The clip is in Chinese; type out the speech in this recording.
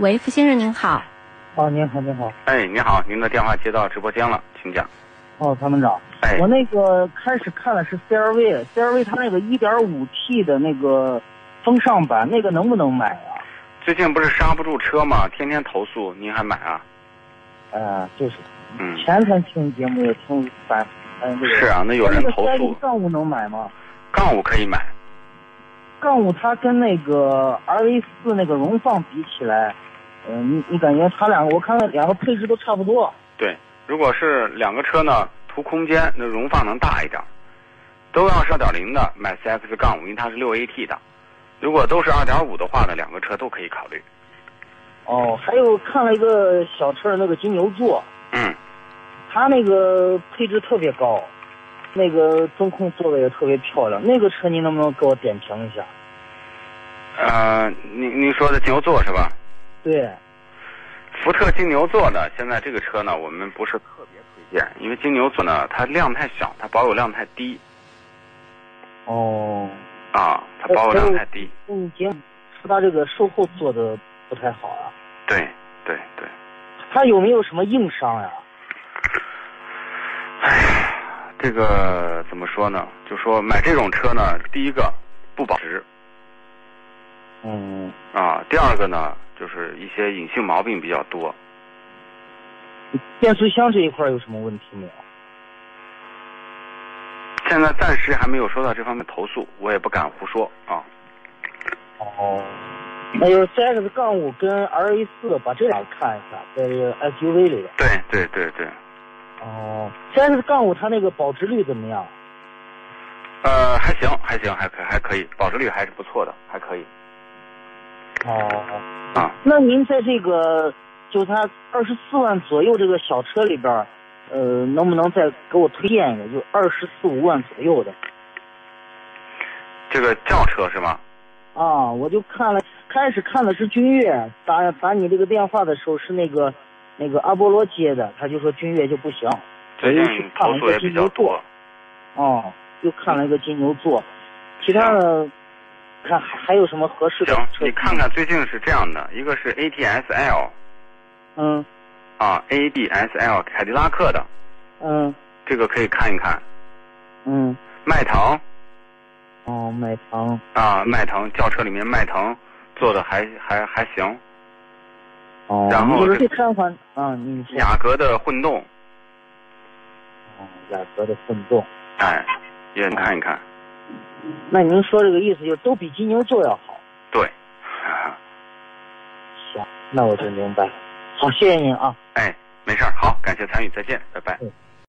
喂，傅先生您好，啊，您好，您好，哎，您好，您的电话接到直播间了，请讲。哦，参谋长，哎我，那个开始看的是 CRV，CRV 它那个 1.5T 的那个风尚版，那个能不能买啊？最近不是刹不住车吗？天天投诉，您还买啊？呃，就是嗯，前天听节目也听反，嗯、这个是啊，那有人投那个诉 CRV 杠五能买吗？杠五可以买，杠五它跟那个 RV 四那个荣放比起来，嗯、你你感觉它两个，我看两个配置都差不多。对。如果是两个车呢，图空间，那荣放能大一点。都要是二点零的，买 CX 杠五，因为它是六 AT 的。如果都是二点五的话呢，两个车都可以考虑。哦，还有看了一个小车，那个金牛座，嗯，它那个配置特别高，那个中控做的也特别漂亮。那个车您能不能给我点评一下？呃，您您说的金牛座是吧？对，福特金牛座呢，现在这个车呢，我们不是特别推荐，因为金牛座呢，它量太小，它保有量太低哦，啊，它保有量太低。嗯，节目说它这个售后做的不太好啊，对对对，它有没有什么硬伤呀、唉，这个怎么说呢？就说买这种车呢，第一个不保值嗯，啊，第二个呢，就是一些隐性毛病比较多。变速箱这一块有什么问题没有？现在暂时还没有收到这方面投诉，我也不敢胡说啊。哦，那就是 CX 杠五跟 RA 四，把这俩看一下，在这个 SUV 里边。对对对对，哦，CX 杠五它那个保值率怎么样？呃，还行还行，还可还可以，保值率还是不错的，还可以哦。啊。那您在这个就它二十四万左右这个小车里边儿，呃，能不能再给我推荐一个，就二十四五万左右的？这个轿车是吗？啊，我就看了，开始看的是君越，打打你这个电话的时候是那个那个阿波罗接的，他就说君越就不行，最我就近去哎看了投一诉也个比金较牛多座，，哦，又看了一个金牛座，其他的看还还有什么合适的行，车？你看，看最近是这样的，一个是 ATSL 嗯啊，ADSL 凯迪拉克的，嗯这个可以看一看。嗯，迈腾哦，买房，啊，迈腾轿车里面迈腾做的还还还行，哦，然后就是这这三款啊，你说。雅阁的混动，哦雅阁的混动。哎，也看一看。那您说这个意思就是都比金牛座要好？对，行，那我就明白了。好，谢谢您啊。啊哎，没事儿，好，感谢参与，再见，拜拜。嗯